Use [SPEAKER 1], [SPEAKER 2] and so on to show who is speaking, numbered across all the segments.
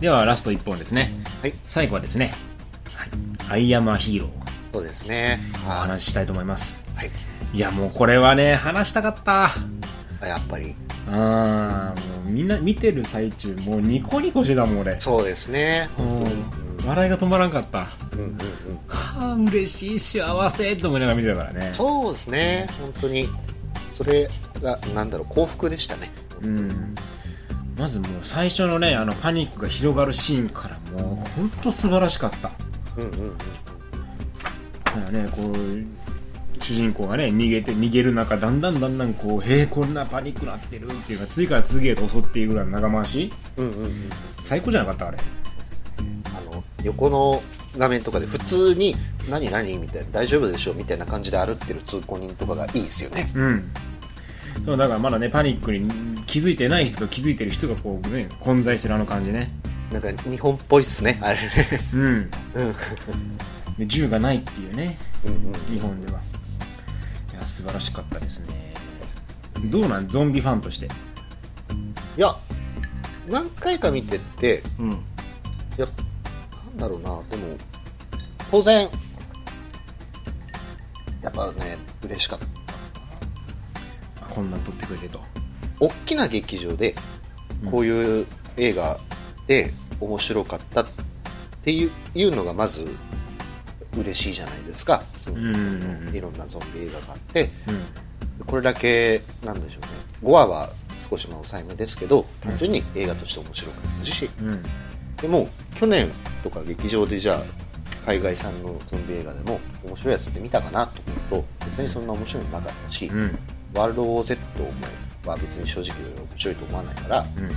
[SPEAKER 1] ではラスト1本ですね
[SPEAKER 2] はい
[SPEAKER 1] 最後はですね「はい、アイアムアヒーロー」
[SPEAKER 2] そうですね。
[SPEAKER 1] お
[SPEAKER 2] は
[SPEAKER 1] 話ししたいと思います
[SPEAKER 2] い。
[SPEAKER 1] いやもうこれはね話したかった
[SPEAKER 2] あやっぱり。
[SPEAKER 1] あーもうみんな見てる最中もうニコニコしてたもん俺
[SPEAKER 2] そうですね。
[SPEAKER 1] うん笑いが止まらんかった
[SPEAKER 2] うんうんうん。
[SPEAKER 1] はあ嬉しい幸せと思いながら見てたからね
[SPEAKER 2] そうですね。本当に。それが、なんだろう、幸福でしたね。
[SPEAKER 1] うんまずもう最初のねあのパニックが広がるシーンからもう本当素晴らしかった
[SPEAKER 2] うんうんうん。
[SPEAKER 1] だからねこう主人公がね逃げて逃げる中だんだんだんだんこうへえこんなパニックなってるっていうか次から次へと襲っていくぐらいの長回し
[SPEAKER 2] うんうんうん。
[SPEAKER 1] 最高じゃなかったあれ
[SPEAKER 2] あの、横の画面とかで普通に、何何みたいな、大丈夫でしょみたいな感じで歩ってる通行人とかがいいですよね。
[SPEAKER 1] うんそうだからまだねパニックに気づいてない人と気づいてる人がこうね混在してるあの感じね
[SPEAKER 2] なんか日本っぽいっすね、あれね。
[SPEAKER 1] うん
[SPEAKER 2] うん
[SPEAKER 1] で銃がないっていうね
[SPEAKER 2] うんうん。
[SPEAKER 1] 日本ではいや素晴らしかったですねどうなんゾンビファンとして
[SPEAKER 2] いや、何回か見てって、
[SPEAKER 1] うん
[SPEAKER 2] いや、なんだろうな、でも、当然、やっぱね、嬉しかった。
[SPEAKER 1] あこんなん撮ってくれてと
[SPEAKER 2] 大きな劇場で、こういう映画で面白かったっていういうのがまず嬉しいじゃないですか。その
[SPEAKER 1] うんうんうん
[SPEAKER 2] いろんなゾンビ映画があって、
[SPEAKER 1] うん
[SPEAKER 2] これだけ、なんでしょうね、5話は少しまあ抑えめですけど、単純に映画として面白かったし、
[SPEAKER 1] うん
[SPEAKER 2] でも去年とか劇場でじゃあ海外産のゾンビ映画でも面白いやつって見たかなと思うと別にそんな面白いのなかったし、
[SPEAKER 1] うん
[SPEAKER 2] ワールド Z もは別に正直面白いと思わないから
[SPEAKER 1] うん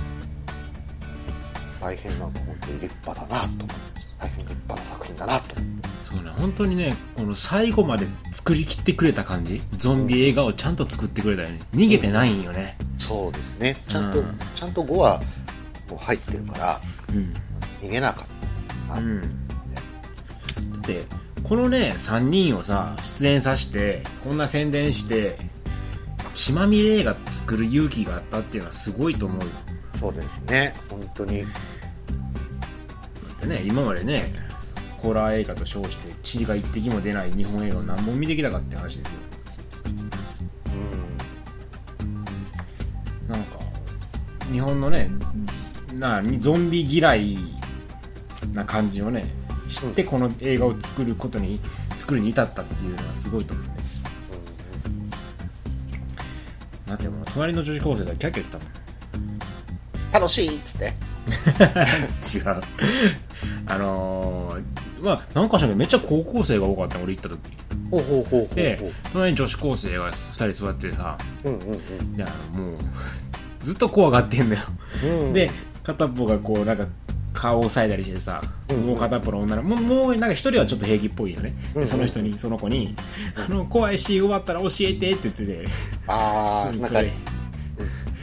[SPEAKER 2] 大変なんか本当に立派だなと思って大変立派な作品だなと思って
[SPEAKER 1] そうね本当にねこの最後まで作りきってくれた感じゾンビ映画をちゃんと作ってくれたよね逃げてないんよね
[SPEAKER 2] そうですねちゃんと、
[SPEAKER 1] うん
[SPEAKER 2] ちゃんと5はもう入ってるから
[SPEAKER 1] うん
[SPEAKER 2] 逃げなかったな、
[SPEAKER 1] うんでこのね3人をさ出演させてこんな宣伝して血まみれ映画作る勇気があったっていうのはすごいと思うよ
[SPEAKER 2] そうですね本当に
[SPEAKER 1] だってね今までねホラー映画と称して血が一滴も出ない日本映画を何本見てきたかって話ですよ
[SPEAKER 2] うん
[SPEAKER 1] なんか日本のねなゾンビ嫌いな感じをね知ってこの映画を作ることに作るに至ったっていうのはすごいと思うねだってもう隣の女子高生だけキャッキャ言ってたもん
[SPEAKER 2] 楽しいっつって
[SPEAKER 1] 違うあのーまあなんかしらんけどめっちゃ高校生が多かったの俺行った時
[SPEAKER 2] ほうほうほうほう
[SPEAKER 1] で隣に女子高生が2人座ってさ
[SPEAKER 2] ほううんうんうん
[SPEAKER 1] いやもうずっと怖がってんだよ
[SPEAKER 2] うん
[SPEAKER 1] で片っぽがこうなんか顔を押さえたりしてさ、
[SPEAKER 2] うん
[SPEAKER 1] もう片っぽの女のもうもうなんか一人はちょっと平気っぽいよね、
[SPEAKER 2] うん
[SPEAKER 1] でその人にその子に「あの怖いし終わったら教えて」って言ってて
[SPEAKER 2] ああ、
[SPEAKER 1] うん
[SPEAKER 2] なん
[SPEAKER 1] そ
[SPEAKER 2] か、
[SPEAKER 1] れ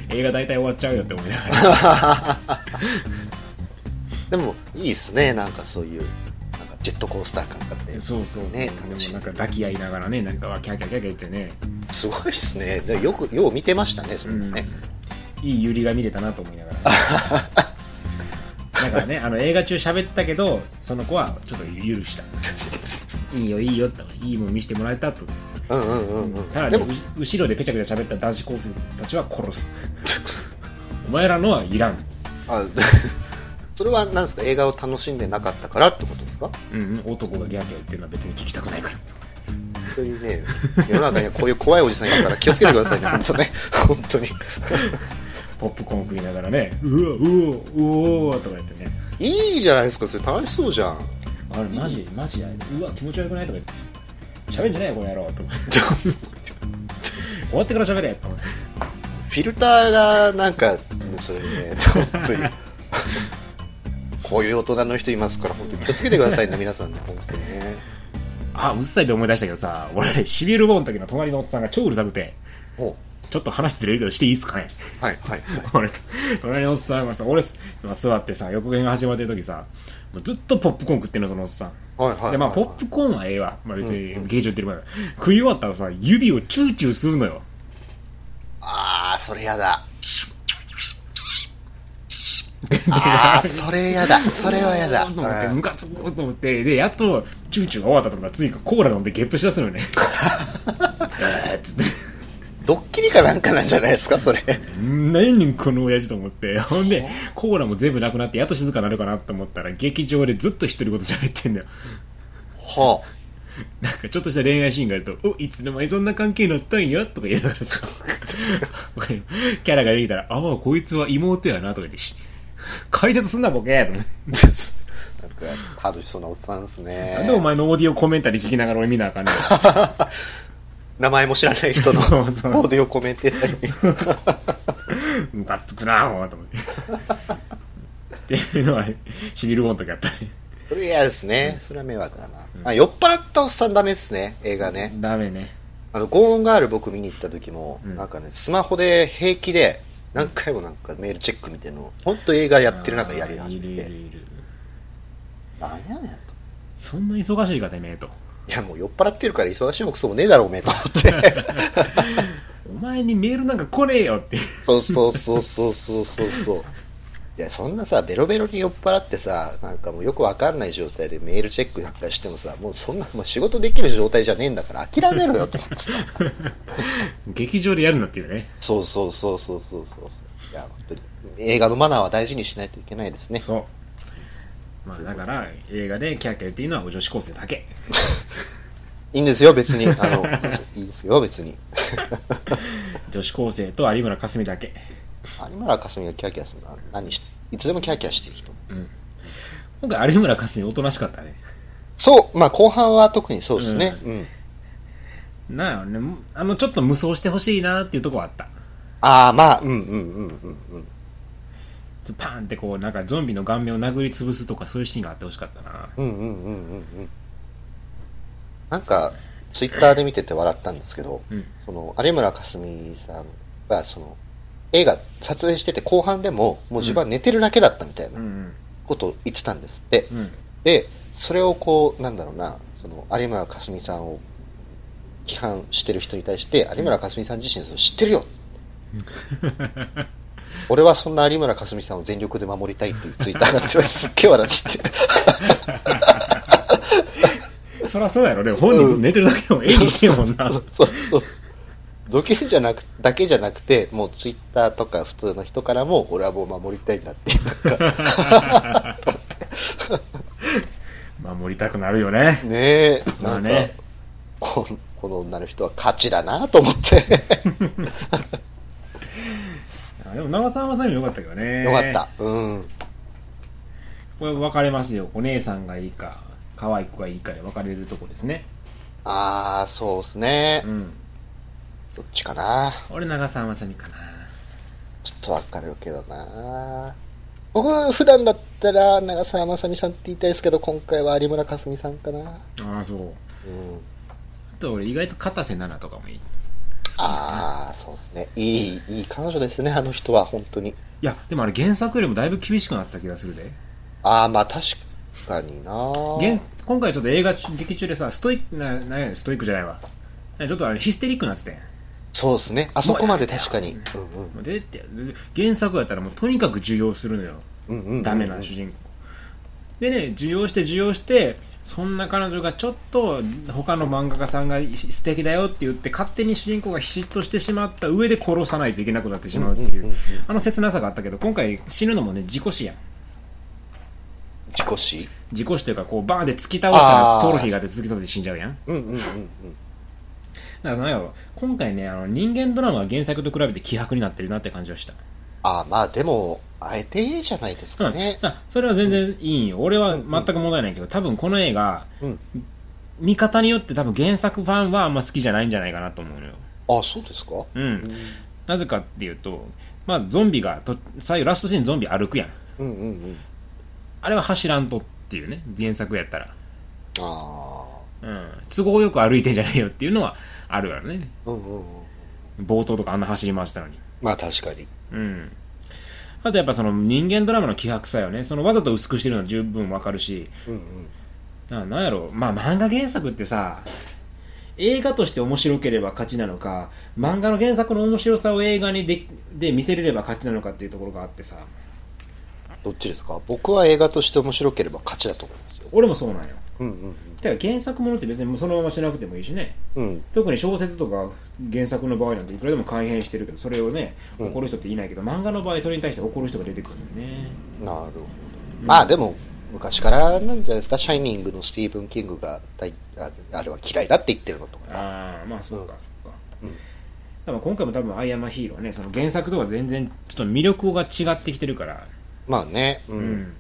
[SPEAKER 1] 映画大体終わっちゃうよって思いながら
[SPEAKER 2] でもいいっすね、なんかそういう、なんかジェットコースター感があって、
[SPEAKER 1] そうそうそう、
[SPEAKER 2] ね
[SPEAKER 1] で
[SPEAKER 2] 楽し
[SPEAKER 1] も
[SPEAKER 2] い
[SPEAKER 1] なんか抱き合いながらねなんかキャーキャーキャーキャー言ってね
[SPEAKER 2] すごいっすね、でよく、よう見てましたね、それもね。
[SPEAKER 1] いいユリが見れたなと思い ながら、だからねあの映画中喋ってたけどその子はちょっと許した いいよいいよっていいもん見せてもらえたと
[SPEAKER 2] うんうんうんうん。
[SPEAKER 1] ただ
[SPEAKER 2] で
[SPEAKER 1] ね
[SPEAKER 2] も、
[SPEAKER 1] う後ろでペチャペチャ喋った男子高生たちは殺す お前らのはいらん
[SPEAKER 2] あ それはなんですか、映画を楽しんでなかったからってことですか
[SPEAKER 1] うんうん男がギャーギャー言ってるのは別に聞きたくないから
[SPEAKER 2] 本当にね、世の中にはこういう怖いおじさんいるから気をつけてくださいね、本当ね。本当に。
[SPEAKER 1] ポップコーン食いながらねうわうわうわとか言ってね
[SPEAKER 2] いいじゃないですか、それ楽しそうじゃん。
[SPEAKER 1] あれマジマジやうわ気持ち悪くないとか言って喋んじゃねえよこの野郎とか終わってから喋れとか
[SPEAKER 2] フィルターがなんか、それね、本当に。こういう大人の人いますから、本当に気をつけてくださいね、皆さんね、本当にね。
[SPEAKER 1] あうっさいで思い出したけどさ俺シビルボーンの時の隣のおっさんが超うるさくて
[SPEAKER 2] お
[SPEAKER 1] ちょっと話してるけどしていいですかね
[SPEAKER 2] はいはいはい。
[SPEAKER 1] 俺隣のおっさんがさ俺まあ座ってさ横弦が始まってる時さもうずっとポップコーン食ってんのそのおっさん
[SPEAKER 2] はいはいはい、
[SPEAKER 1] でまあポップコーンはええわ、まあ、別に芸場行ってるから、食い終わったらさ指をチューチューするのよ
[SPEAKER 2] ああ、それやだ。ああ、それやだ。それはやだ。
[SPEAKER 1] うわーと思って、
[SPEAKER 2] うん
[SPEAKER 1] ムカつくと思って、で、やっと、チューチューが終わったとか、ついコーラ飲んでゲップしだすのよね。えーっつって、
[SPEAKER 2] ドッキリかなんかなんじゃないですか、それ。
[SPEAKER 1] 何人この親父と思って、ほんで、コーラも全部なくなって、やっと静かになるかなと思ったら、劇場でずっと一人ごと喋ってんだよ。
[SPEAKER 2] は
[SPEAKER 1] なんかちょっとした恋愛シーンがあると「おいつの間にそんな関係になったんや」とか言いながらさわかるキャラができたら「ああこいつは妹やな」とか言ってし解説すんなボケと思って
[SPEAKER 2] あ。なんか、ハードしそうなおっさんです
[SPEAKER 1] なんでお
[SPEAKER 2] ね。
[SPEAKER 1] 前のオーディオコメンタリー聞きながら俺見なあかんねん
[SPEAKER 2] 名前も知らない人の
[SPEAKER 1] そうそう
[SPEAKER 2] オーディオコメンテータリー。
[SPEAKER 1] ムカつくなもうと思ってっていうのはシビル・ウォンとかやったね
[SPEAKER 2] それ嫌ですね。それは迷惑だな。あ酔っ払ったおっさんダメですね、映画ね。
[SPEAKER 1] ダメね
[SPEAKER 2] あの、ゴーンガール僕見に行った時も、
[SPEAKER 1] うん
[SPEAKER 2] なんかね、スマホで平気で、何回もなんかメールチェック見てんの、ほんと映画やってる中やり
[SPEAKER 1] あー
[SPEAKER 2] 始
[SPEAKER 1] いるいる
[SPEAKER 2] めて、
[SPEAKER 1] いる
[SPEAKER 2] 何やねんと。
[SPEAKER 1] そんな忙しいかてめえと
[SPEAKER 2] いや、もう酔っ払ってるから忙しいもクソもねえだろ、おめえと思 って。
[SPEAKER 1] お前にメールなんか来ねえよって
[SPEAKER 2] そうそうそうそうそうそうそう。いや、そんなさ、ベロベロに酔っ払ってさ、なんかもうよくわかんない状態でメールチェックなんかしてもさ、もうそんな、もう仕事できる状態じゃねえんだから諦めろよと思ってさ。
[SPEAKER 1] 劇場でやるなっていうね
[SPEAKER 2] そうそうそうそうそうそう。いや、本当に映画のマナーは大事にしないといけないですね。
[SPEAKER 1] そうまあだから映画でキャーキャー言っていいのは女子高生だけ
[SPEAKER 2] いいんですよ、別に。あの、 いいですよ、別に。
[SPEAKER 1] 女子高生と有村架純だけ
[SPEAKER 2] 有村架純がキャーキャーするのは何して、いつでもキャーキャーしてる人。
[SPEAKER 1] 今回有村架純おとなしかったね
[SPEAKER 2] そう、まあ後半は特にそうですね。うん
[SPEAKER 1] なあねあのちょっと無双してほしいなっていうとこはあった
[SPEAKER 2] ああ、まあ、うんうんうんうんうん。
[SPEAKER 1] パーンってこうなんかゾンビの顔面を殴り潰すとかそういうシーンがあってほしかったな
[SPEAKER 2] うんうんうんうんうん。なんか、ツイッターで見てて笑ったんですけど、
[SPEAKER 1] うん
[SPEAKER 2] その、有村架純さんが、その、映画撮影してて後半でも、もう自分は寝てるだけだったみたい
[SPEAKER 1] うん
[SPEAKER 2] な
[SPEAKER 1] うん
[SPEAKER 2] ことを言ってたんですって。
[SPEAKER 1] うん
[SPEAKER 2] で、それをこう、なんだろうな、その、有村架純さんを批判してる人に対して、有村架純さん自身、その知ってるよ俺はそんな有村架純さんを全力で守りたいっていうツイッターがあって、すっげえ笑っちゃって。
[SPEAKER 1] そりゃそうやろね本人寝てるだけでも演技 してるもんな
[SPEAKER 2] そうそう。ドキュじゃなく、だけじゃなくて、もうツイッターとか普通の人からも、俺はもう守りたいんだっていう。
[SPEAKER 1] 守りたくなるよね
[SPEAKER 2] ねえ、
[SPEAKER 1] ま
[SPEAKER 2] な
[SPEAKER 1] あ
[SPEAKER 2] んか、
[SPEAKER 1] ね
[SPEAKER 2] このこの女の人は勝ちだなと思って。
[SPEAKER 1] あでも長澤まさみもよかったけどね
[SPEAKER 2] よかった。うん。
[SPEAKER 1] これ分かれますよお姉さんがいいか可愛い子がいいかで分かれるとこですね
[SPEAKER 2] ああ、そうですね
[SPEAKER 1] う。ん
[SPEAKER 2] どっちかな。
[SPEAKER 1] 俺長澤まさみかな
[SPEAKER 2] ちょっとわかるけどな。僕、普段だったら長澤まさみさんって言いたいですけど、今回は有村架純さんかな。
[SPEAKER 1] ああそう
[SPEAKER 2] うん。
[SPEAKER 1] あと俺意外と片瀬奈々とかもいいい
[SPEAKER 2] ああ、そうですね。いい、いい彼女ですね、あの人は、本当に。
[SPEAKER 1] やでもあれ原作よりもだいぶ厳しくなってた気がするで
[SPEAKER 2] ああ、まあ確かにな。
[SPEAKER 1] 原今回ちょっと映画中劇中でさストイックななんやストイックじゃないわちょっとあれヒステリックになってて
[SPEAKER 2] そうですね。あそこまで確かに。うん
[SPEAKER 1] んでって原作やったらもうとにかく受容するのよ
[SPEAKER 2] うん。うんうんうん、
[SPEAKER 1] ダメな主人公でね受容して受容してそんな彼女がちょっと他の漫画家さんが素敵だよって言って勝手に主人公が嫉妬してしまった上で殺さないといけなくなってしまうってい
[SPEAKER 2] うんうんうんう
[SPEAKER 1] うんあの切なさがあったけど今回死ぬのもね事故死やん
[SPEAKER 2] 自己死
[SPEAKER 1] 事故死というかこうバーンで突き倒したら
[SPEAKER 2] あー
[SPEAKER 1] トロフィーが出て突き倒して死んじゃうやん
[SPEAKER 2] うんうんうんうん。
[SPEAKER 1] だからなんやろ今回ねあの人間ドラマは原作と比べて希薄になってるなって感じはした
[SPEAKER 2] ああ、まあでも、あえていいじゃないです
[SPEAKER 1] う
[SPEAKER 2] か
[SPEAKER 1] ん、
[SPEAKER 2] ね。
[SPEAKER 1] あそれは全然いいんよ、俺は全く問題ないけど多分この映画、
[SPEAKER 2] うん
[SPEAKER 1] 見方によって多分原作ファンはあんま好きじゃないんじゃないかなと思うのよ、
[SPEAKER 2] ああ、そうですか
[SPEAKER 1] うん
[SPEAKER 2] うん
[SPEAKER 1] なぜかっていうとまずゾンビがと最後ラストシーンゾンビ歩くやん
[SPEAKER 2] うんうんうん。
[SPEAKER 1] あれは走らんとっていうね原作やったら、
[SPEAKER 2] あ
[SPEAKER 1] うん、都合よく歩いてんじゃないよっていうのはあるからね
[SPEAKER 2] あ。うんうんうん。
[SPEAKER 1] 冒頭とかあんな走り回したのに
[SPEAKER 2] まあ確かに。
[SPEAKER 1] うん。あとやっぱその人間ドラマの希薄さよね。そのわざと薄くしてるのは十分わかるし、
[SPEAKER 2] うんうん。
[SPEAKER 1] ななんやろまあ漫画原作ってさ、映画として面白ければ勝ちなのか、漫画の原作の面白さを映画にでで見せれれば勝ちなのかっていうところがあってさ、
[SPEAKER 2] どっちですか僕は映画として面白ければ勝ちだと思うんですよ。
[SPEAKER 1] 俺もそうなんよ
[SPEAKER 2] うんうん
[SPEAKER 1] だから原作ものって別にもうそのまましなくてもいいしね
[SPEAKER 2] うん。うん。
[SPEAKER 1] 特に小説とか原作の場合なんていくらでも改変してるけどそれをね
[SPEAKER 2] うん
[SPEAKER 1] 怒る人っていないけど、漫画の場合それに対して怒る人が出てくるのね
[SPEAKER 2] なるほど。
[SPEAKER 1] うん
[SPEAKER 2] まあでも、昔からなんじゃないですか、シャイニングのスティーブン・キングが大ああれは嫌いだって言ってるのとかな。
[SPEAKER 1] ああまあそうかそうか
[SPEAKER 2] うん
[SPEAKER 1] 多分今回も多分「アイアムアヒーローね」その原作とは全然ちょっと魅力が違ってきてるから
[SPEAKER 2] まあね、うん。
[SPEAKER 1] うん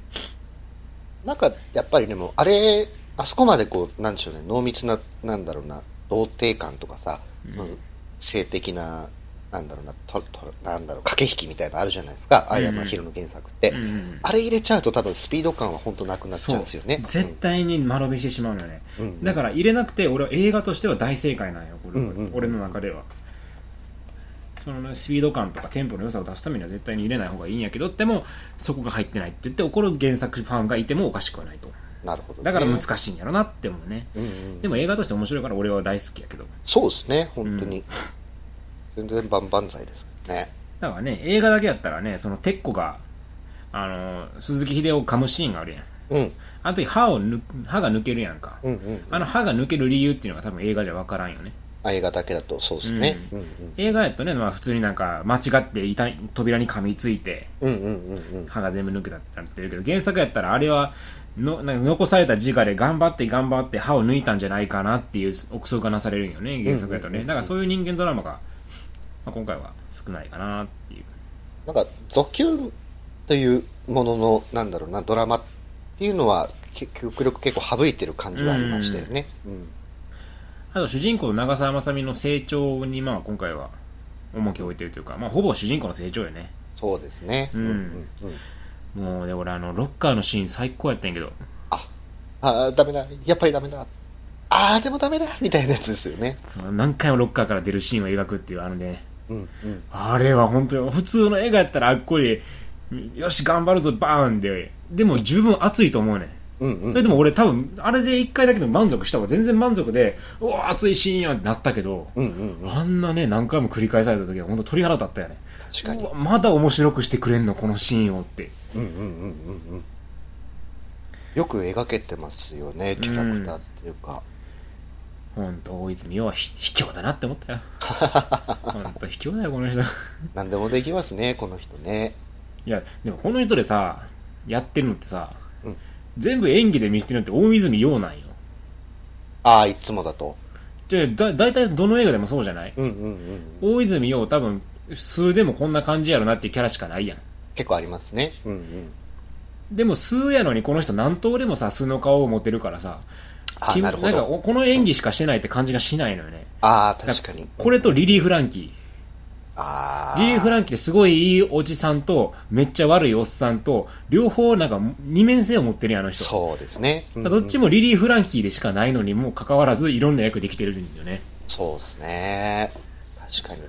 [SPEAKER 2] なんかやっぱりでも、あれ、あそこまでこう、なんでしょうね、濃密な、なんだろうな、童貞感とかさ、
[SPEAKER 1] うん
[SPEAKER 2] 性的な、なんだろうな、ととなんだろう、駆け引きみたいなのあるじゃないですか、アイアン・マヒロの原作って。
[SPEAKER 1] うん
[SPEAKER 2] あれ入れちゃうと多分スピード感は本当なくなっちゃうんですよね。
[SPEAKER 1] そう絶対に丸びしてしまうのよね、
[SPEAKER 2] うんうん
[SPEAKER 1] だから入れなくて俺は映画としては大正解なんよこれは、
[SPEAKER 2] うんうん
[SPEAKER 1] 俺の中ではその、ね、スピード感とかテンポの良さを出すためには絶対に入れない方がいいんやけどでもそこが入ってないって言って怒る原作ファンがいてもおかしくはないと
[SPEAKER 2] なるほど、
[SPEAKER 1] だから難しいんやろなって思うね
[SPEAKER 2] うんうん
[SPEAKER 1] でも映画として面白いから俺は大好きやけど
[SPEAKER 2] そうですね、本当に。全然万々歳ですね。
[SPEAKER 1] だからね映画だけやったらねそのテッコがあの鈴木秀夫を噛むシーンがあるやん
[SPEAKER 2] うん、
[SPEAKER 1] あの時歯を抜歯が抜けるやんか、
[SPEAKER 2] うん、うん。
[SPEAKER 1] あの歯が抜ける理由っていうのが多分映画じゃ分からんよね
[SPEAKER 2] あ映画だけだとそうですね。
[SPEAKER 1] う
[SPEAKER 2] うん、
[SPEAKER 1] 映画やとね、まあ、普通になんか間違って痛い扉に噛みついて
[SPEAKER 2] うん、うん、うん、うん。
[SPEAKER 1] 歯が全部抜けたってなってるけど原作やったらあれはのなんか残された自我で頑張って頑張って歯を抜いたんじゃないかなっていう憶測がなされるんよね原作やとね、
[SPEAKER 2] うんうんうんうん
[SPEAKER 1] だからそういう人間ドラマが、まあ、今回は少ないかなっていう
[SPEAKER 2] なんか、ドキュンというものの、なんだろうな、ドラマっていうのは、結極力結構省いてる感じはありましたよね。うん。
[SPEAKER 1] あと主人公の長澤まさみの成長にまあ今回は重きを置いてるというか、まあ、ほぼ主人公の成長よね
[SPEAKER 2] そうですね。
[SPEAKER 1] うん
[SPEAKER 2] うんうん
[SPEAKER 1] もうね俺あのロッカーのシーン最高やったんやけど
[SPEAKER 2] あ、あー、ダメだ。やっぱりダメだ。あー、でもダメだ。みたいなやつですよね。
[SPEAKER 1] その何回もロッカーから出るシーンを描くっていうあのね
[SPEAKER 2] うん、うん。
[SPEAKER 1] あれは本当に普通の映画やったらあっこでよし頑張るぞバーンででも十分熱いと思うねん
[SPEAKER 2] うん、う
[SPEAKER 1] そ
[SPEAKER 2] ん
[SPEAKER 1] れ。でも俺多分あれで一回だけでも満足した方が全然満足でうわ熱いシーンやってなったけど
[SPEAKER 2] うん、うん、うん。
[SPEAKER 1] あんなね何回も繰り返された時は本当鳥肌立ったよね
[SPEAKER 2] 確かに
[SPEAKER 1] う。わまだ面白くしてくれんのこのシーンをって
[SPEAKER 2] うんうんうんうんうんよく描けてますよねキャラクターっていうか、
[SPEAKER 1] 本当大泉洋はひ卑怯だなって思 ったよ本当卑怯だよこの人
[SPEAKER 2] 何でもできますねこの人ね
[SPEAKER 1] いやでもこの人でさやってるのってさ、
[SPEAKER 2] うん
[SPEAKER 1] 全部演技で見せてるのって大泉洋なんよ
[SPEAKER 2] ああいつもだと
[SPEAKER 1] でだ大体どの映画でもそうじゃない、
[SPEAKER 2] うんうんうん
[SPEAKER 1] 大泉洋多分数でもこんな感じやろなっていうキャラしかないやん
[SPEAKER 2] 結構ありますねうんうん
[SPEAKER 1] でも数やのにこの人何通でもさ素の顔を持てるからさ
[SPEAKER 2] ああ
[SPEAKER 1] 気
[SPEAKER 2] なるほ
[SPEAKER 1] んか
[SPEAKER 2] ど
[SPEAKER 1] おこの演技しかしてないって感じがしないのよね
[SPEAKER 2] ああ確かに
[SPEAKER 1] これとリリー・フランキ
[SPEAKER 2] あ
[SPEAKER 1] ー
[SPEAKER 2] あ
[SPEAKER 1] リリー・フランキーってすごいいいおじさんとめっちゃ悪いおっさんと両方なんか二面性を持ってるやんあの人
[SPEAKER 2] そうですね、うんうん
[SPEAKER 1] どっちもリリー・フランキーでしかないのにもかかわらずいろんな役できてるんだよね
[SPEAKER 2] そうですね確かに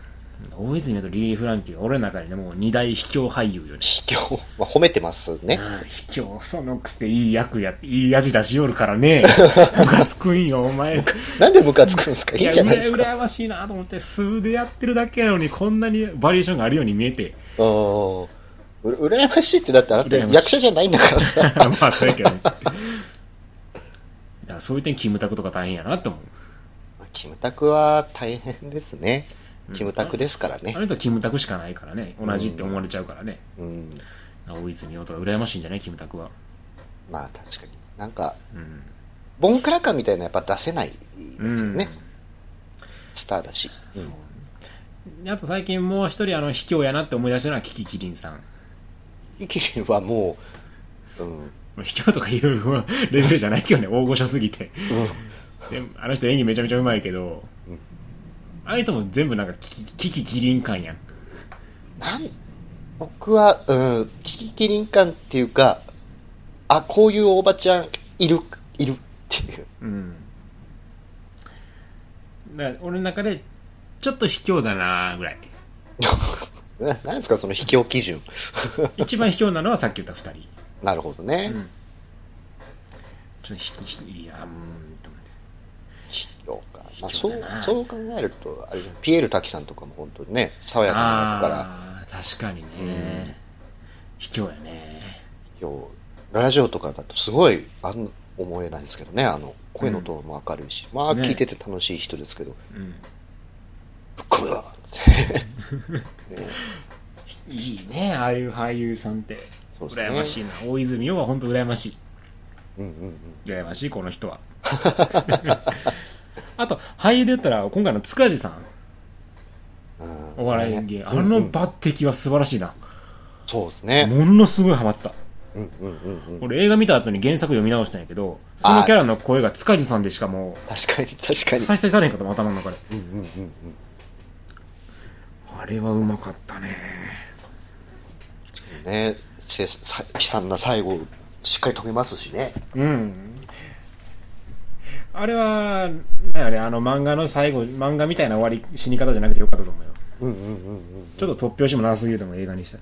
[SPEAKER 1] 大泉とリリー・フランキーは俺の中にねもう二大卑怯俳優よね
[SPEAKER 2] 卑怯、まあ、褒めてますね
[SPEAKER 1] うん卑怯そのくせいい役やっていい味出しよるから ねムカつくんよお前
[SPEAKER 2] なんでムカつくんですかいいじゃない
[SPEAKER 1] や
[SPEAKER 2] です
[SPEAKER 1] う
[SPEAKER 2] から
[SPEAKER 1] 羨ましいなと思って数でやってるだけやのにこんなにバリエーションがあるように見えて
[SPEAKER 2] うんうらやましいってだってあなた
[SPEAKER 1] 羨ましい
[SPEAKER 2] 役者じゃないんだからさ
[SPEAKER 1] まあそうやけどねだからそういう点キムタクとか大変やなって思う
[SPEAKER 2] キムタクは大変ですね。キムタクですからね
[SPEAKER 1] あ。の人はキムタクしかないからね同じって思われちゃうからね、
[SPEAKER 2] うん。
[SPEAKER 1] 大泉洋とか羨ましいんじゃないキムタクは
[SPEAKER 2] まあ確かに。なんか、
[SPEAKER 1] うん
[SPEAKER 2] ボンクラ感みたいなやっぱ出せないですよね。
[SPEAKER 1] うん
[SPEAKER 2] スターだし。うん
[SPEAKER 1] であと最近もう一人あの卑怯やなって思い出したのはキキキリンさん
[SPEAKER 2] イキリンはもう、うん。うん
[SPEAKER 1] 卑怯とかいう レベルじゃないけどね大御所すぎてであの人演技めちゃめちゃうまいけど、
[SPEAKER 2] うん
[SPEAKER 1] ああいう人も全部なんかキキキキリン感やん
[SPEAKER 2] なん僕は、うん、キキキリン感っていうか、あ、こういうおばちゃんいる、いるっていう。
[SPEAKER 1] う んだから俺の中でちょっと卑怯だなぐら い
[SPEAKER 2] ななんですかその卑怯基準。
[SPEAKER 1] 一番卑怯なのはさっき言った2人
[SPEAKER 2] なるほどね。
[SPEAKER 1] うんちょっとひひいやうんと思って
[SPEAKER 2] 卑怯か。まあ、
[SPEAKER 1] 卑
[SPEAKER 2] そ
[SPEAKER 1] 怯
[SPEAKER 2] う
[SPEAKER 1] だな、
[SPEAKER 2] そう考えると、あれ、ピエール滝さんとかも本当にね、爽やかな役から、
[SPEAKER 1] ああー確かにね、卑怯やね
[SPEAKER 2] 今日、ラジオとかだとすごい、あん、思えないですけどね、あの、声のトーンも明るいし、まあ、
[SPEAKER 1] ね
[SPEAKER 2] 聞いてて楽しい人ですけど、
[SPEAKER 1] うん
[SPEAKER 2] ぶっこいわ
[SPEAKER 1] いいねああいう俳優さんって
[SPEAKER 2] そうですね
[SPEAKER 1] 羨ましいな大泉洋は本当羨ましい
[SPEAKER 2] うんうんうん。
[SPEAKER 1] 羨ましいこの 人はあと俳優で言ったら今回の塚地さん
[SPEAKER 2] うん
[SPEAKER 1] お笑い演芸、
[SPEAKER 2] ね
[SPEAKER 1] あ
[SPEAKER 2] うんう
[SPEAKER 1] の
[SPEAKER 2] ん
[SPEAKER 1] 抜擢は素晴らしいな、
[SPEAKER 2] そうですね。
[SPEAKER 1] ものすごいハマってた
[SPEAKER 2] うんうんうんうん。
[SPEAKER 1] 俺映画見た後に原作読み直したんやけどそのキャラの声が塚地さんでしかも
[SPEAKER 2] 確かに、確か
[SPEAKER 1] う
[SPEAKER 2] に。
[SPEAKER 1] 再生されへんかと思う頭の中で
[SPEAKER 2] うんうんうんうん。
[SPEAKER 1] あれはうまかったね
[SPEAKER 2] ね、せさ悲惨な最後、しっかり飛びますしね。
[SPEAKER 1] うんあれはなんやあれあの漫画の最後漫画みたいな終わり死に方じゃなくてよかったと思うよ
[SPEAKER 2] うんうんうんうん。
[SPEAKER 1] ちょっと突拍子もなさすぎるとも映画にした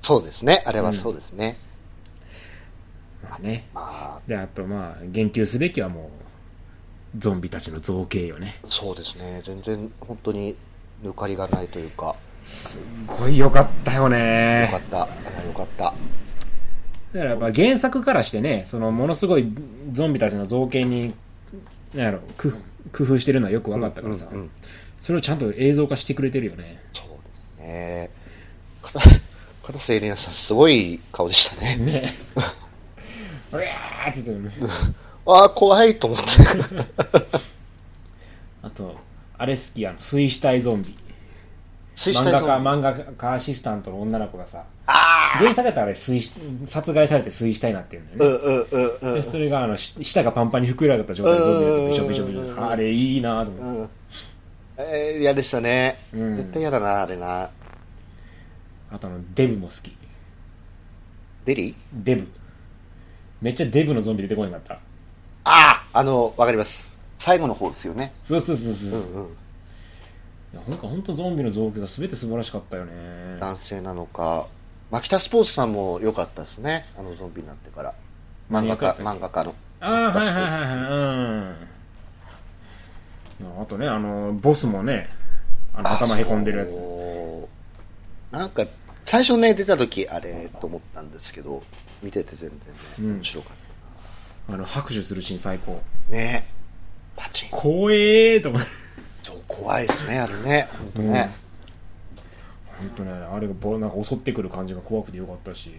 [SPEAKER 2] そうですね。あれはそうですね。
[SPEAKER 1] まあね
[SPEAKER 2] まあ、
[SPEAKER 1] であとまあ言及すべきはもうゾンビたちの造形よね
[SPEAKER 2] そうですね。全然、本当に、抜かりがないというか、
[SPEAKER 1] すごい良かったよ
[SPEAKER 2] よ
[SPEAKER 1] ね
[SPEAKER 2] かった。あれはよかった。
[SPEAKER 1] だからやっぱ原作からしてねそのものすごいゾンビたちの造形になんやろ工工夫してるのはよく分かったからさ、
[SPEAKER 2] うんうんうん
[SPEAKER 1] それをちゃんと映像化してくれてるよね
[SPEAKER 2] そうですね。片片瀬エリナさん、すごい顔でしたね。
[SPEAKER 1] ねうわーって言ってるね
[SPEAKER 2] ああ、怖いと思って。
[SPEAKER 1] あとあれ好きあの水死体ゾンビ
[SPEAKER 2] 水死
[SPEAKER 1] 漫
[SPEAKER 2] 体
[SPEAKER 1] 画
[SPEAKER 2] ゾ
[SPEAKER 1] 家
[SPEAKER 2] ンビ
[SPEAKER 1] 漫画家アシスタントの女の子がさ
[SPEAKER 2] あ
[SPEAKER 1] 原作やったらあれ水死殺害されて水死体になってるんだよね
[SPEAKER 2] あうんうんうんうん
[SPEAKER 1] でそれがあのし舌がパンパンに膨らった状態でゾンビがびしょびしょびしょびしょあれいいなと思って
[SPEAKER 2] うん。えー、嫌でしたね。
[SPEAKER 1] うん
[SPEAKER 2] 絶対嫌だな、あれな。
[SPEAKER 1] あとあのデブも好き
[SPEAKER 2] デリー
[SPEAKER 1] デブめっちゃデブのゾンビ出てこなかった
[SPEAKER 2] あああの、わかります。最後の方ですよね。
[SPEAKER 1] そうそうそうそうう、
[SPEAKER 2] んう
[SPEAKER 1] い
[SPEAKER 2] ん。
[SPEAKER 1] やほんかほんとゾンビの造形が全て素晴らしかったよね
[SPEAKER 2] 男性なのか。マキタスポーツさんも良かったですね。あのゾンビになってから。漫画
[SPEAKER 1] 何やっ
[SPEAKER 2] 家、
[SPEAKER 1] た
[SPEAKER 2] 漫画家の。
[SPEAKER 1] ああはいはいはいはいうんいやあとねあのボスもねあの頭へこんでるやつ
[SPEAKER 2] つ。なんか、最初ね、出た時、あれ、と思ったんですけど、見てて全然ね、
[SPEAKER 1] うん
[SPEAKER 2] 面白かっ
[SPEAKER 1] あの拍手するシーン最高
[SPEAKER 2] た。ねパチンコ。
[SPEAKER 1] 怖えーと思って
[SPEAKER 2] そう怖いですね、あれね。本当ね。
[SPEAKER 1] 本当ねあれがぼなんか襲ってくる感じが怖くてよかったし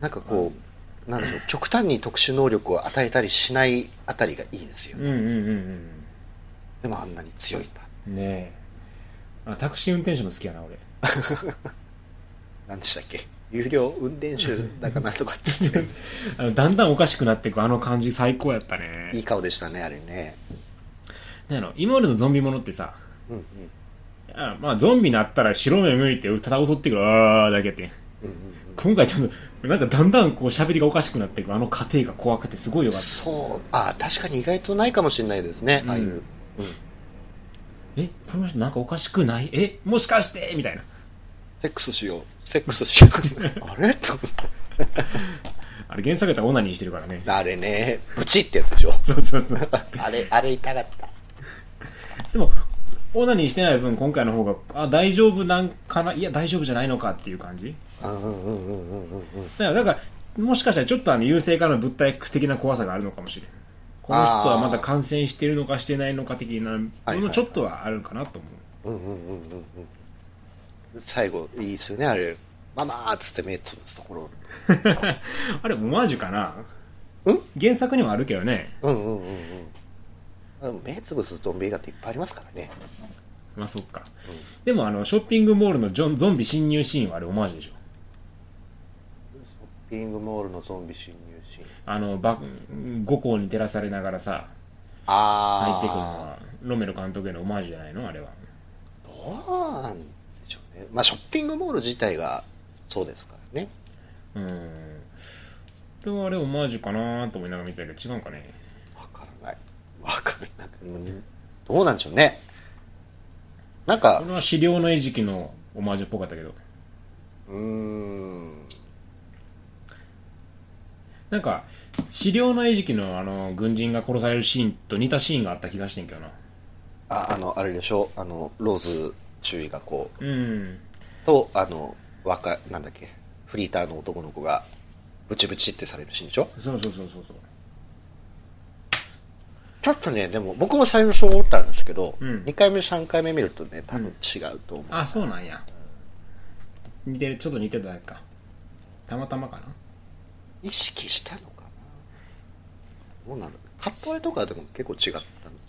[SPEAKER 2] なんかこう、なんでしょう、極端に特殊能力を与えたりしないあたりがいいですよ
[SPEAKER 1] うん。うんうん
[SPEAKER 2] でもあんなに強いんだ。
[SPEAKER 1] うんねえあタクシー運転手も好きやな俺
[SPEAKER 2] なんでしたっけ有料運転手だかなんとかっつって、
[SPEAKER 1] あのだんだんおかしくなっていくあの感じ最高やったね
[SPEAKER 2] いい顔でしたね、あれね。
[SPEAKER 1] なんやろ今までのゾンビものってさ
[SPEAKER 2] うんうん。
[SPEAKER 1] あまあゾンビになったら白目向いてただ襲ってくるあーだけやってん
[SPEAKER 2] うんうん
[SPEAKER 1] 今回ちょっとなんかだんだんこう喋りがおかしくなっていくあの過程が怖くてすごいよかった
[SPEAKER 2] そう、あ確かに意外とないかもしれないですね、
[SPEAKER 1] うん
[SPEAKER 2] ああいう。
[SPEAKER 1] えこの人なんかおかしくないえもしかしてみたいな
[SPEAKER 2] セックスしよう、セックスしよう。あれと思って
[SPEAKER 1] あれ原作やったらオナニーしてるからね
[SPEAKER 2] あれね、ブチってやつでしょ。
[SPEAKER 1] そうそうそう
[SPEAKER 2] あれ、あれ痛かった。
[SPEAKER 1] でもオナニーしてない分今回の方があ大丈夫なんかないや大丈夫じゃないのかっていう感じ
[SPEAKER 2] うんうんうんうんうんうんうん。
[SPEAKER 1] だからだからもしかしたらちょっとあの優性化の物体的な怖さがあるのかもしれないこの人はまだ感染してるのかしてないのか的な
[SPEAKER 2] はいはい
[SPEAKER 1] ものちょっとはあるかなと思う、
[SPEAKER 2] うんうんうんうんうん最後いいですよねあれママーっつって目つぶすところ
[SPEAKER 1] あれオマージュかなん原作にはあるけどね
[SPEAKER 2] うんうんうんうんあでも目つぶすゾンビ映画っていっぱいありますからね
[SPEAKER 1] まあそっか、でもあのショッピングモールのジョンゾンビ侵入シーンはあれオマージュでしょ
[SPEAKER 2] ピングモールのゾンビ侵入シーン
[SPEAKER 1] あのば五校に照らされながらさ入ってくるの
[SPEAKER 2] あ
[SPEAKER 1] はロメロ監督へのオマージュじゃないのあれは
[SPEAKER 2] あどうなんでしょうねまあショッピングモール自体がそうですからね
[SPEAKER 1] うんこれはあれオマージュかなと思いながら見てたけど違うんかね
[SPEAKER 2] わからないわからないうんどうなんでしょうねなんか
[SPEAKER 1] これは資料の餌食のオマージュっぽかったけど
[SPEAKER 2] うーん
[SPEAKER 1] なんか資料の餌食のあの軍人が殺されるシーンと似たシーンがあった気がしてんけどな
[SPEAKER 2] ああのあれでしょあのローズ注意がこう
[SPEAKER 1] うん
[SPEAKER 2] とあの若なんだっけフリーターの男の子がブチブチってされるシーンでしょ
[SPEAKER 1] そうそうそうそうそう
[SPEAKER 2] ちょっとねでも僕も最初そう思ったんですけど、
[SPEAKER 1] う
[SPEAKER 2] 二
[SPEAKER 1] ん
[SPEAKER 2] 2回目3回目見るとね多分違うと思う、
[SPEAKER 1] あそうなんや似てるちょっと似てただけかたまたまかな
[SPEAKER 2] 意識したのかなどうなるカット割れとかでも結構違った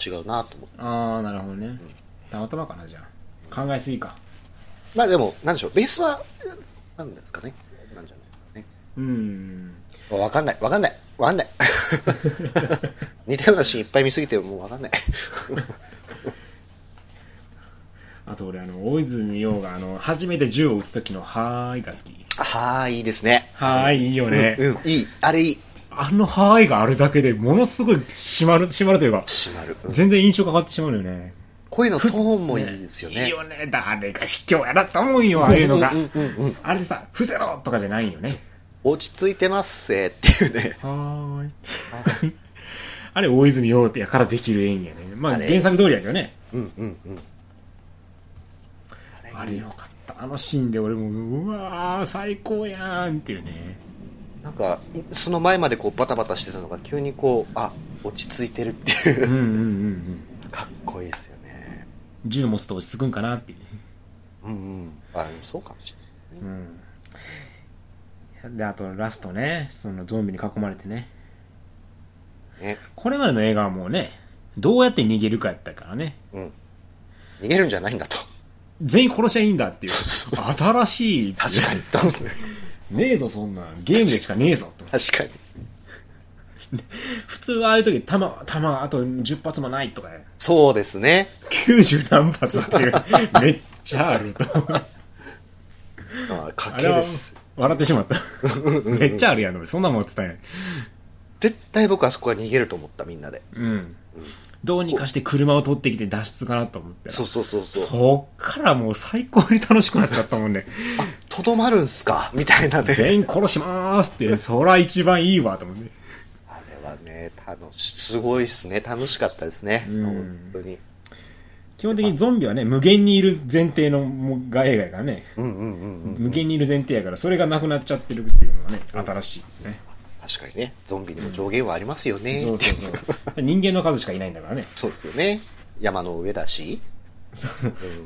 [SPEAKER 2] 違うなと思って
[SPEAKER 1] ああなるほどねたまたまかなじゃあ考えすぎか
[SPEAKER 2] まあでもなんでしょうベースはなんですかねなんじゃないですかね
[SPEAKER 1] うん
[SPEAKER 2] わかんない、わかんない、わ かんない。似たようなシーンいっぱい見すぎてもうわかんない。
[SPEAKER 1] あと俺あの大泉洋があの初めて銃を撃つ時の「はーい」が好き
[SPEAKER 2] はーい、いいですね。
[SPEAKER 1] 「はーい」いいよね
[SPEAKER 2] うん、いい。あれいい。
[SPEAKER 1] あの「はーい」があるだけでものすごい締まる締まるというか
[SPEAKER 2] 閉まる。うん
[SPEAKER 1] 全然印象が変わってしまうのよね
[SPEAKER 2] 声のトーンもいいですよ
[SPEAKER 1] いい
[SPEAKER 2] ね。
[SPEAKER 1] よね誰が卑怯やなと思うよああいうの が
[SPEAKER 2] うんうんうんうん
[SPEAKER 1] あれでさ「伏せろ!」とかじゃないよね
[SPEAKER 2] 落ち着いてますせーっていうね。
[SPEAKER 1] はーい。 あれ、大泉洋やからできる演技やね。まあ、
[SPEAKER 2] あれ
[SPEAKER 1] 原作通りやけどね。
[SPEAKER 2] うんうんうん。
[SPEAKER 1] あれよかった。あのシーンで俺もう、うわー、最高やんっていうね。
[SPEAKER 2] なんか、いその前までこうバタバタしてたのが急にこう、あ、落ち着いてるっていう
[SPEAKER 1] ん
[SPEAKER 2] う。
[SPEAKER 1] うんうんうん。
[SPEAKER 2] かっこいいですよね。
[SPEAKER 1] 銃持つと落ち着くんかなっていう。
[SPEAKER 2] うんうん。あ、でもそうかもしれないね。
[SPEAKER 1] うん。で、あとラストね、そのゾンビに囲まれてね。
[SPEAKER 2] ね
[SPEAKER 1] これまでの映画はもうね、どうやって逃げるかやったからね。
[SPEAKER 2] うん。逃げるんじゃないんだと。
[SPEAKER 1] 全員殺しゃいいんだっていう。
[SPEAKER 2] そう
[SPEAKER 1] 新しい。
[SPEAKER 2] 確かに。と思って
[SPEAKER 1] ねえぞ、そんなん。ゲームでしかねえぞ。と
[SPEAKER 2] 確かに。
[SPEAKER 1] 普通はああいう時弾弾あと10発もないとかね
[SPEAKER 2] そうですね。
[SPEAKER 1] 90何発って いうめっちゃあると
[SPEAKER 2] あ賭
[SPEAKER 1] あ
[SPEAKER 2] け
[SPEAKER 1] れは
[SPEAKER 2] です
[SPEAKER 1] 笑ってしまった めっちゃあるやんそんなもん伝えない
[SPEAKER 2] 絶対僕あそこは逃げると思ったみんなで
[SPEAKER 1] うんどうにかして車を取ってきて脱出かなと思って
[SPEAKER 2] そうそうそうそう
[SPEAKER 1] そっからもう最高に楽しくなっちゃったもん ね
[SPEAKER 2] あとどまるんすかみたいなね
[SPEAKER 1] 全員殺しまーすってそら一番いいわと思って
[SPEAKER 2] あれはね楽しすごいっすね楽しかったですね、
[SPEAKER 1] うん
[SPEAKER 2] 本当に
[SPEAKER 1] 基本的にゾンビはね無限にいる前提のもうが映画やからね
[SPEAKER 2] うんうんうんうん
[SPEAKER 1] 無限にいる前提やからそれがなくなっちゃってるっていうのはね新しいね
[SPEAKER 2] 確かにねゾンビにも上限はありますよね、
[SPEAKER 1] そうそうそう。 人間の数しかいないんだからね。
[SPEAKER 2] そうですよね山の上だし、
[SPEAKER 1] そ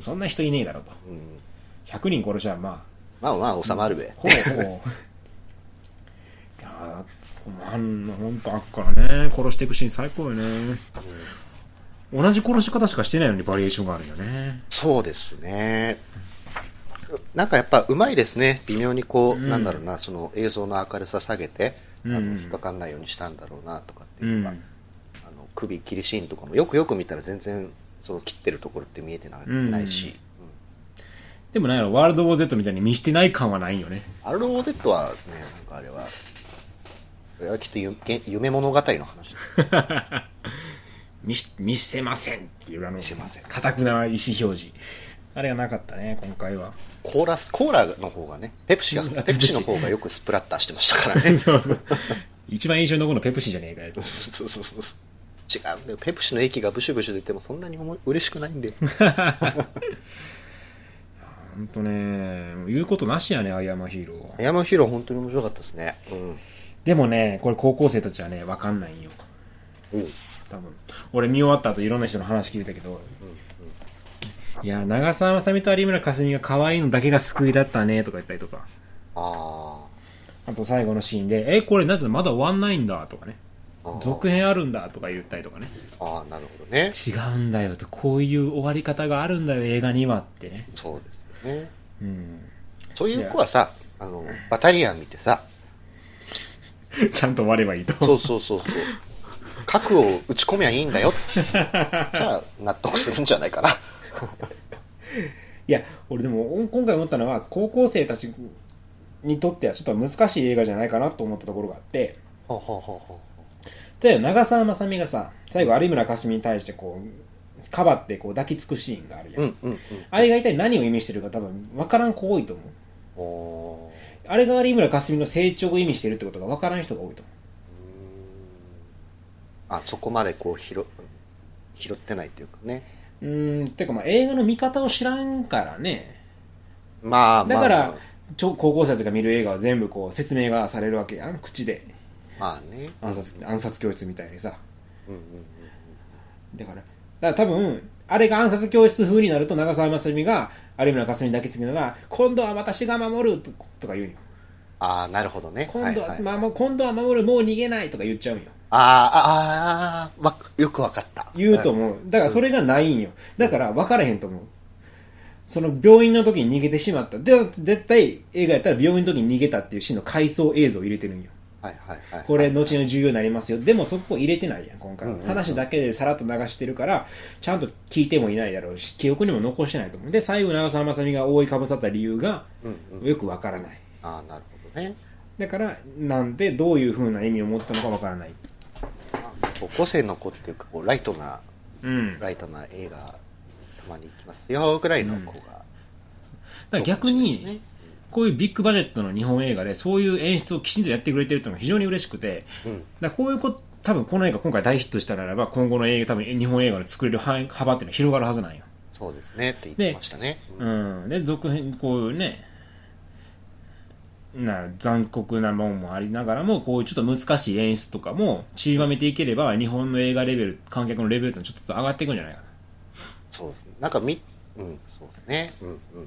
[SPEAKER 1] そんな人いねえだろと。
[SPEAKER 2] うん、
[SPEAKER 1] 100人殺しゃ、ま
[SPEAKER 2] まあまあ収まるべ、
[SPEAKER 1] あ、ほぼほぼ。いやー、あんほんとあっからね、殺していくシーン最高よね。同じ殺し方しかしてないのにバリエーションがあるよね。
[SPEAKER 2] そうですねなんかやっぱうまいですね微妙にこう、
[SPEAKER 1] うん
[SPEAKER 2] なんだろうなその映像の明るさ下げて、
[SPEAKER 1] う
[SPEAKER 2] あ
[SPEAKER 1] ん
[SPEAKER 2] の引っかかんないようにしたんだろうなとかって
[SPEAKER 1] う
[SPEAKER 2] いうのが、
[SPEAKER 1] ん。
[SPEAKER 2] あの首切りシーンとかもよくよく見たら全然その切ってるところって見えてな,、
[SPEAKER 1] うん
[SPEAKER 2] ないし、
[SPEAKER 1] でもなんやろ、ワールド・ウォー・ゼットみたいに見してない感はないよね。
[SPEAKER 2] アルローゼットはねなんかあれはあれはきっとゆげ夢物語の話
[SPEAKER 1] 見し、見せませんっていう、あの、
[SPEAKER 2] せません
[SPEAKER 1] 固くな意思表示。あれがなかったね、今回は。
[SPEAKER 2] コーラ スコーラの方がねペプシがペプシの方がよくスプラッターしてましたから ね
[SPEAKER 1] そうそう。一番印象に残るのペプシじゃねえかよ。
[SPEAKER 2] そうそうそうそう違うんだよペプシの液がブシュブシュ出てもそんなにおも嬉しくないん で
[SPEAKER 1] ほんとね、言うことなしやね、アイアムアヒーローは。
[SPEAKER 2] 山ヒーロー本当に面白かったですねうん
[SPEAKER 1] でもね、これ高校生たちはね、わかんないんよ。
[SPEAKER 2] うん
[SPEAKER 1] 多分。俺見終わった後いろんな人の話聞いたけど、いや、長澤まさみと有村架純が可愛いのだけが救いだったね、とか言ったりとか。
[SPEAKER 2] あ
[SPEAKER 1] あと最後のシーンで、え、これなんてまだ終わんないんだ、とかね。
[SPEAKER 2] ーあー
[SPEAKER 1] 続編あるんだ、とか言ったりとかね。
[SPEAKER 2] あーなるほどね
[SPEAKER 1] 違うんだよと、こういう終わり方があるんだよ、映画にはってね。
[SPEAKER 2] そうですよね
[SPEAKER 1] うん。
[SPEAKER 2] そういう子はさ、あの、バタリアン見てさ、
[SPEAKER 1] ちゃんと終わればいいと。
[SPEAKER 2] そうそうそうそう、核を打ち込みゃいいんだよ。じゃあ、納得するんじゃないかな。
[SPEAKER 1] いや、俺でもお今回思ったのは、高校生たちにとってはちょっと難しい映画じゃないかなと思ったところがあって、
[SPEAKER 2] ほうほうほうほ
[SPEAKER 1] 例えば長澤まさみがさ、最後有村架純に対してこう、かばってこう抱きつくシーンがあるやん。
[SPEAKER 2] う。うんうんうん。
[SPEAKER 1] あれが一体何を意味してるか多分分からん子多いと思う。
[SPEAKER 2] おー
[SPEAKER 1] あれが有村架純の成長を意味してるってことが分からん人が多いと思
[SPEAKER 2] あ、そこまでこう拾、拾ってないっていうかね。
[SPEAKER 1] う。うーん、てかまあ映画の見方を知らんからね。
[SPEAKER 2] まあま
[SPEAKER 1] だ
[SPEAKER 2] あ。
[SPEAKER 1] から、超高校生たちが見る映画は全部こう説明がされるわけやん口で
[SPEAKER 2] まあね
[SPEAKER 1] 暗殺暗殺教室みたいにさ
[SPEAKER 2] うんうん
[SPEAKER 1] だからだから多分あれが暗殺教室風になると長澤まさみが有村架純抱きつきなら今度は私が守るととか言うんよ
[SPEAKER 2] ああなるほどね
[SPEAKER 1] 今度は,、
[SPEAKER 2] はいはい、あー
[SPEAKER 1] まあ、もう今度は守るもう逃げないとか言っちゃうんよ
[SPEAKER 2] あーあー、まあよくわかった
[SPEAKER 1] 言うと
[SPEAKER 2] ん
[SPEAKER 1] 思うだからそれがないんよだから分からへんと思うその病院の時に逃げてしまったで絶対映画やったら病院の時に逃げたっていうシーンの回想映像を入れてるんよ
[SPEAKER 2] はいはいはいはい
[SPEAKER 1] これ後の重要になりますよでもそこ入れてないやん今回
[SPEAKER 2] うんうんうん
[SPEAKER 1] 話だけでさらっと流してるからちゃんと聞いてもいないだろうし記憶にも残してないと思うで最後長澤まさみが覆いかぶさった理由が
[SPEAKER 2] うんうん
[SPEAKER 1] よくわからない
[SPEAKER 2] ああなるほどね
[SPEAKER 1] だからなんでどういうふうな意味を持ったのかわからない
[SPEAKER 2] まあ高校生の子っていうかこうライトな
[SPEAKER 1] うんだか
[SPEAKER 2] ライトな映画たまに行きますよぐらいの子が、
[SPEAKER 1] ら逆に、こういうビッグバジェットの日本映画でそういう演出をきちんとやってくれてるっていうのが非常に嬉しくて
[SPEAKER 2] うん
[SPEAKER 1] だからこういうこと多分この映画今回大ヒットしたならば今後の映画多分日本映画の作れる範囲幅っていうのは広がるはずなんよ、
[SPEAKER 2] そうですねって言ってましたねうん
[SPEAKER 1] うん、で続編こういうねな残酷なもんもありながらもこういうちょっと難しい演出とかもちりばめていければ日本の映画レベル観客のレベルってのはちょっと上がっていくんじゃないかな
[SPEAKER 2] そうですねなんかみうんそうですねうんうん
[SPEAKER 1] だか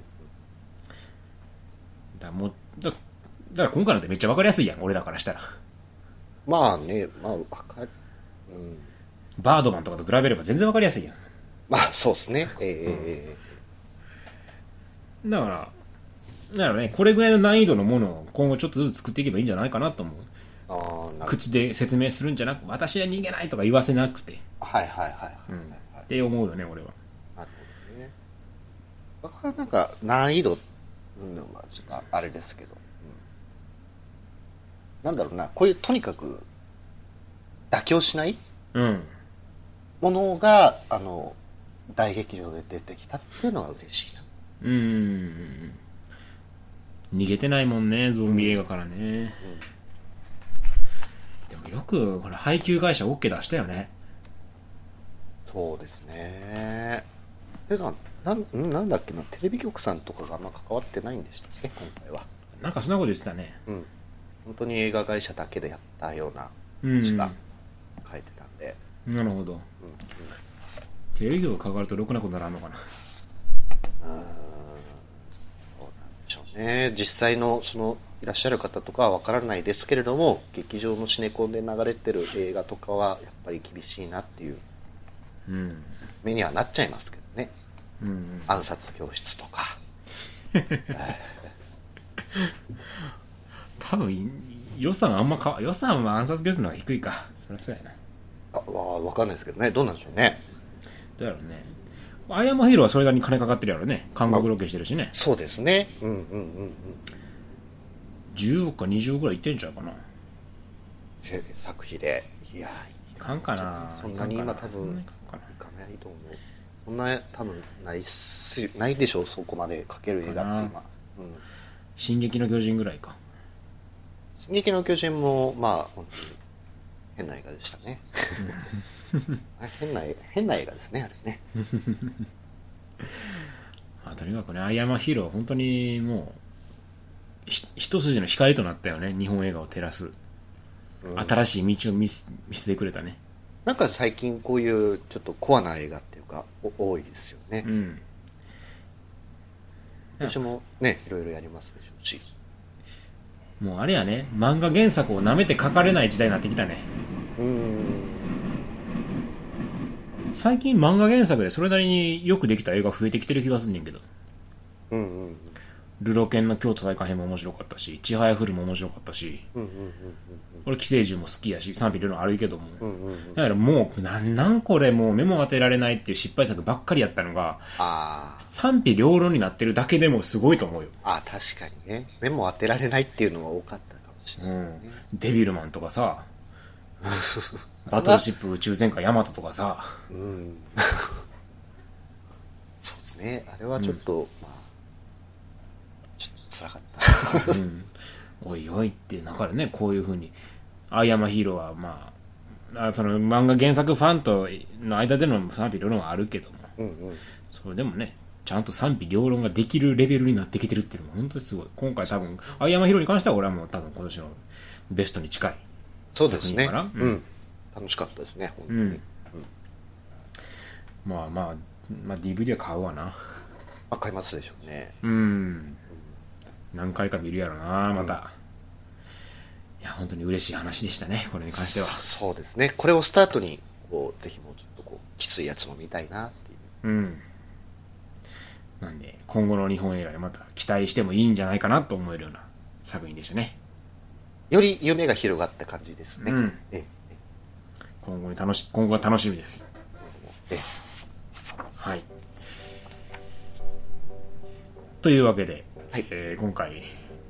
[SPEAKER 1] らもうだだから今回なんてめっちゃ分かりやすいやん俺らからしたら
[SPEAKER 2] まあねまあわかるうん
[SPEAKER 1] バードマンとかと比べれば全然分かりやすいやん
[SPEAKER 2] まあそうですねええええ
[SPEAKER 1] だから、だからね、これぐらいの難易度のものを今後ちょっとずつ作っていけばいいんじゃないかなと思う。
[SPEAKER 2] ああなる
[SPEAKER 1] 口で説明するんじゃなく、私は逃げないとか言わせなくて、
[SPEAKER 2] はいはいはい、
[SPEAKER 1] うん、って思うよね、俺は。
[SPEAKER 2] なるほどね僕はなんか難易度のはちょっとあれですけど、うんなんだろうなこういうとにかく妥協しない
[SPEAKER 1] うん。
[SPEAKER 2] ものがあの大劇場で出てきたっていうのが嬉しいな
[SPEAKER 1] うーん。逃げてないもんね、ゾンビ映画からね。でもよく、ほら、配給会社 OK 出したよね。
[SPEAKER 2] そうですねでなんなんなんだっけなテレビ局さんとかがあんま関わってないんでしたっけ今回は
[SPEAKER 1] なんかそんなこと言ってたね。
[SPEAKER 2] うん本当に映画会社だけでやったような
[SPEAKER 1] うん。
[SPEAKER 2] しか
[SPEAKER 1] な
[SPEAKER 2] 書いてたんで、
[SPEAKER 1] るほど。
[SPEAKER 2] うんうん
[SPEAKER 1] テレビ業が関わるとろくなことならんのかな。
[SPEAKER 2] うーんそうなんでしょうね実際のそのいらっしゃる方とかは分からないですけれども劇場のシネコンで流れてる映画とかはやっぱり厳しいなっていう
[SPEAKER 1] うん。
[SPEAKER 2] 目にはなっちゃいますけどね
[SPEAKER 1] うん。
[SPEAKER 2] 暗殺教室とか
[SPEAKER 1] 多分予算あんまか予算は暗殺教室の方が低いかそりゃそうやな
[SPEAKER 2] あわ分かんないですけどねどうなんでしょうね
[SPEAKER 1] だよねアイアムヒーローはそれなりに金かかってるやろね韓国ロケしてるしね
[SPEAKER 2] そうですねうんうんうんうん
[SPEAKER 1] 10億か20億ぐらいいってんちゃうかな
[SPEAKER 2] 制作費でいや
[SPEAKER 1] いかんかな
[SPEAKER 2] そんなに今多
[SPEAKER 1] そんなに
[SPEAKER 2] 分
[SPEAKER 1] いかんかない
[SPEAKER 2] かないと思うそんな多分ないっすないでしょうそこまでかける映画って
[SPEAKER 1] か
[SPEAKER 2] 今うん
[SPEAKER 1] 「進撃の巨人」ぐらいか
[SPEAKER 2] 進撃の巨人も、まあ、本当に変な映画でしたね。 あれ変な、変な映画ですね、あれね。
[SPEAKER 1] まあとにかくねアイアムヒーローは本当にもうひ一筋の光となったよね日本映画を照らす
[SPEAKER 2] うん
[SPEAKER 1] 新しい道を見せ見せてくれたね
[SPEAKER 2] なんか最近こういうちょっとコアな映画っていうか、お多いですよね
[SPEAKER 1] う。んうん
[SPEAKER 2] 私もね、いろいろやりますでしょうし。
[SPEAKER 1] もうあれやね漫画原作をなめて書かれない時代になってきたね
[SPEAKER 2] うーん。
[SPEAKER 1] 最近漫画原作でそれなりによくできた映画増えてきてる気がすんねんけど
[SPEAKER 2] うんうん
[SPEAKER 1] 「ルロケンの京都大会編」も面白かったし「ちはやふる」も面白かったし
[SPEAKER 2] うんうん
[SPEAKER 1] 俺寄生獣も好きやし賛否いろいろあるけども
[SPEAKER 2] うんうんうんうんうん
[SPEAKER 1] だからもうなんなんこれもう目も当てられないっていう失敗作ばっかりやったのが
[SPEAKER 2] あー
[SPEAKER 1] 賛否両論になってるだけでもすごいと思うよ、
[SPEAKER 2] あー、確かにね。目も当てられないっていうのは多かったかもしれ
[SPEAKER 1] う
[SPEAKER 2] ない。
[SPEAKER 1] ん、デビルマンとか さバトルシップ宇宙戦艦ヤマトとかさ
[SPEAKER 2] うん。 そうですね。あれはちょっと、まあ、ちょっと辛かった。
[SPEAKER 1] うんおいおいっていう中でねこういうふうに「アイアマヒーロー」はまああその漫画原作ファンとの間での賛否両論はあるけども
[SPEAKER 2] うんうん。
[SPEAKER 1] それでもねちゃんと賛否両論ができるレベルになってきてるっていうのも本当にすごい今回多分青山ヒロに関しては俺はもう多分今年のベストに近い
[SPEAKER 2] そうです
[SPEAKER 1] 作
[SPEAKER 2] ね
[SPEAKER 1] 品か。な
[SPEAKER 2] う
[SPEAKER 1] うん
[SPEAKER 2] ん。楽しかったですね、本当に。
[SPEAKER 1] うんまあまあ、まあ、DVD は買うわな
[SPEAKER 2] まあ、買いますでしょうね。
[SPEAKER 1] うん何回か見るやろなまた、いや本当に嬉しい話でしたねこれに関しては
[SPEAKER 2] そうですね。これをスタートに、こう、ぜひもうちょっとこう、きついやつも見たいなっていう。
[SPEAKER 1] うんなんで今後の日本映画でまた期待してもいいんじゃないかなと思えるような作品でしたね
[SPEAKER 2] より夢が広がった感じですね。
[SPEAKER 1] うん
[SPEAKER 2] ええ
[SPEAKER 1] 今後に楽し今後が楽しみです
[SPEAKER 2] ええ
[SPEAKER 1] はいというわけで、
[SPEAKER 2] はい
[SPEAKER 1] えー今回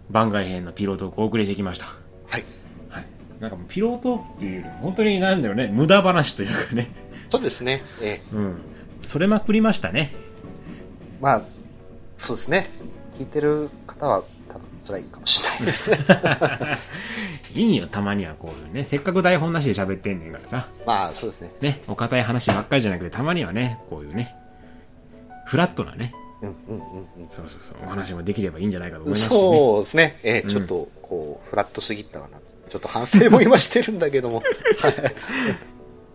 [SPEAKER 1] 番外編のピロートークをお送りしてきました、
[SPEAKER 2] はい。
[SPEAKER 1] はい、なんかもうピロートークっていうよりも本当になんだろうね無駄話というかね
[SPEAKER 2] そうですね。ええ
[SPEAKER 1] うんそれまくりましたね
[SPEAKER 2] まあ、そうですね。聞いてる方は、多分辛いかもしれな いですね。
[SPEAKER 1] いいよたまにはこういうねせっかく台本なしで喋ってんねんからさ
[SPEAKER 2] まあ、そうですね。
[SPEAKER 1] ねお堅い話ばっかりじゃなくてたまにはねこういうねフラットなね
[SPEAKER 2] うんうんうん
[SPEAKER 1] そうそうそうお話もできればいいんじゃないかと思
[SPEAKER 2] う
[SPEAKER 1] いま
[SPEAKER 2] ん。
[SPEAKER 1] すしね
[SPEAKER 2] そうですね。ええ
[SPEAKER 1] うん
[SPEAKER 2] ちょっと、こう、フラットすぎたかな。ちょっと反省も今してるんだけども。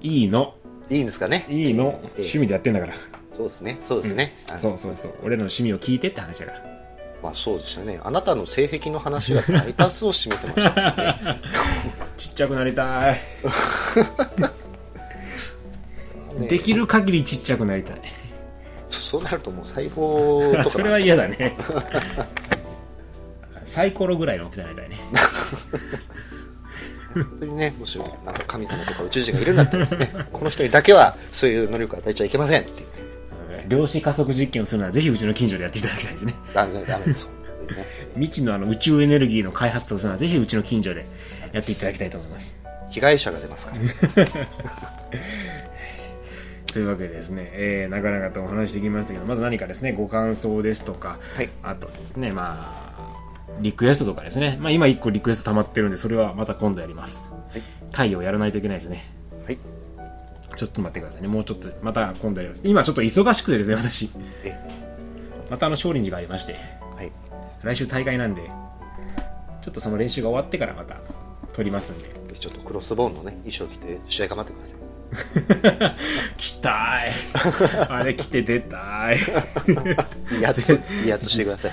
[SPEAKER 1] いいの
[SPEAKER 2] いいんですかね。
[SPEAKER 1] いいの、
[SPEAKER 2] ええ
[SPEAKER 1] 趣味でやってんだから
[SPEAKER 2] そうですね。そうですね。あ
[SPEAKER 1] そうそうそう俺の趣味を聞いてって話だから
[SPEAKER 2] まあそうでしたね。あなたの性癖の話が大多数を占めてましたもんね。
[SPEAKER 1] ちっちゃくなりたい
[SPEAKER 2] ね
[SPEAKER 1] できる限りちっちゃくなりたい
[SPEAKER 2] そうなるともう細胞とか。
[SPEAKER 1] それは嫌だねサイコロぐらいの大きさになりたいね
[SPEAKER 2] 本当にね、もしなんか神様とか宇宙人がいるんだったらですね、この人にだけはそういう能力を与えちゃいけませんっていう。
[SPEAKER 1] 量子加速実験をするのはぜひうちの近所でやっていただきたいですね
[SPEAKER 2] ダメダメです。本当にね
[SPEAKER 1] 未知のあの宇宙エネルギーの開発とするのはぜひうちの近所でやっていただきたいと思います
[SPEAKER 2] 被害者が出ますから。
[SPEAKER 1] というわけでですね、えー、なかなかとお話ししてきましたけどまだ何かですねご感想ですとか、
[SPEAKER 2] はい
[SPEAKER 1] あとですねまあリクエストとかですね、まあ、今1個リクエスト溜まってるんでそれはまた今度やります
[SPEAKER 2] はい。
[SPEAKER 1] 太陽やらないといけないですね
[SPEAKER 2] はい。
[SPEAKER 1] ちょっと待ってくださいねもうちょっとまた今度やります今ちょっと忙しくてですね私
[SPEAKER 2] え、
[SPEAKER 1] またあの少林寺がありまして
[SPEAKER 2] はい。
[SPEAKER 1] 来週大会なんでちょっとその練習が終わってからまた撮りますんで
[SPEAKER 2] ちょっとクロスボーンのね、衣装着て試合頑張ってください。
[SPEAKER 1] 来たいあれ来て出たい
[SPEAKER 2] 威圧、威圧してください。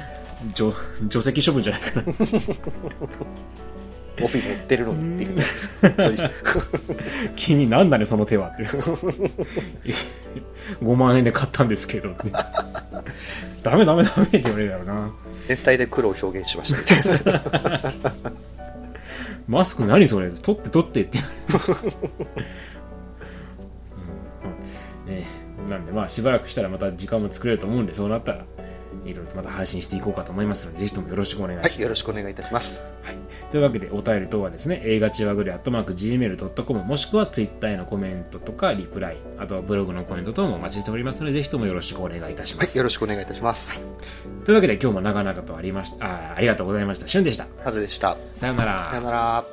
[SPEAKER 1] 除除籍処分じゃないかな
[SPEAKER 2] 帯持ってるのにっていう。
[SPEAKER 1] 君なんだねその手はって 5万円で買ったんですけどってダメダメダメって言われるやろな
[SPEAKER 2] 全体で黒を表現しましたみたいな。
[SPEAKER 1] マスク何それ取って取ってって、うんね、なんでまあしばらくしたらまた時間も作れると思うんでそうなったらいろいろとまた配信していこうかと思いますのでぜひともよろしくお願いします、
[SPEAKER 2] はい、よろしくお願いいたします。
[SPEAKER 1] はい、というわけでお便り等はですね映画チワグレアットマーク Gmail.com もしくは Twitter へのコメントとかリプライあとはブログのコメント等もお待ちしておりますのでぜひともよろしくお願いいたしま
[SPEAKER 2] はい、
[SPEAKER 1] す、
[SPEAKER 2] よろしくお願いいたします。
[SPEAKER 1] というわけで今日も長々とありましたあーありがとうございましたしゅんでした
[SPEAKER 2] はずでした。
[SPEAKER 1] さようなら
[SPEAKER 2] さよなら。